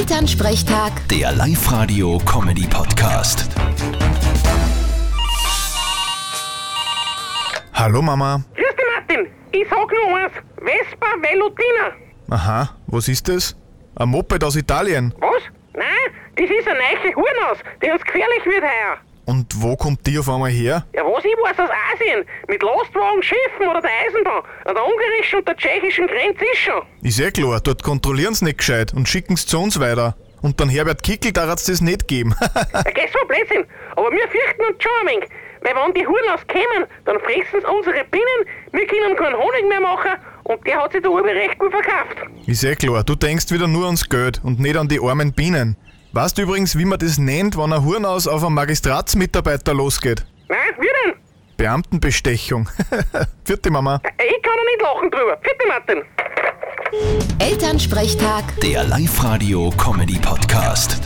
Elternsprechtag, Der Live-Radio-Comedy-Podcast. Hallo Mama. Grüß dich, Martin. Ich sag nur eins. Vespa Velutina. Aha, was ist das? Ein Moped aus Italien. Was? Nein, das ist eine neue Hornhaus, die uns gefährlich wird heuer. Und wo kommt die auf einmal her? Ja, was ich weiß aus Asien. Mit Lastwagen, Schiffen oder der Eisenbahn. An der ungarischen und der tschechischen Grenze ist schon. Ist eh klar, dort kontrollieren sie nicht gescheit und schicken sie zu uns weiter. Und dann Herbert Kickel, da hat's das nicht geben. Ja, gehst mal Blödsinn. Aber wir fürchten uns schon ein wenig. Weil wenn die Hornhaus kämen, dann fressen sie unsere Bienen, wir können keinen Honig mehr machen und der hat sich der Urbe recht gut verkauft. Ist eh klar, du denkst wieder nur ans Geld und nicht an die armen Bienen. Weißt du übrigens, wie man das nennt, wenn ein Hurnaus auf einen Magistratsmitarbeiter losgeht? Nein, wir denn? Beamtenbestechung. Vierte Mama. Äh, Ich kann noch nicht lachen drüber. Vierte Martin. Elternsprechtag. Der Live-Radio-Comedy-Podcast.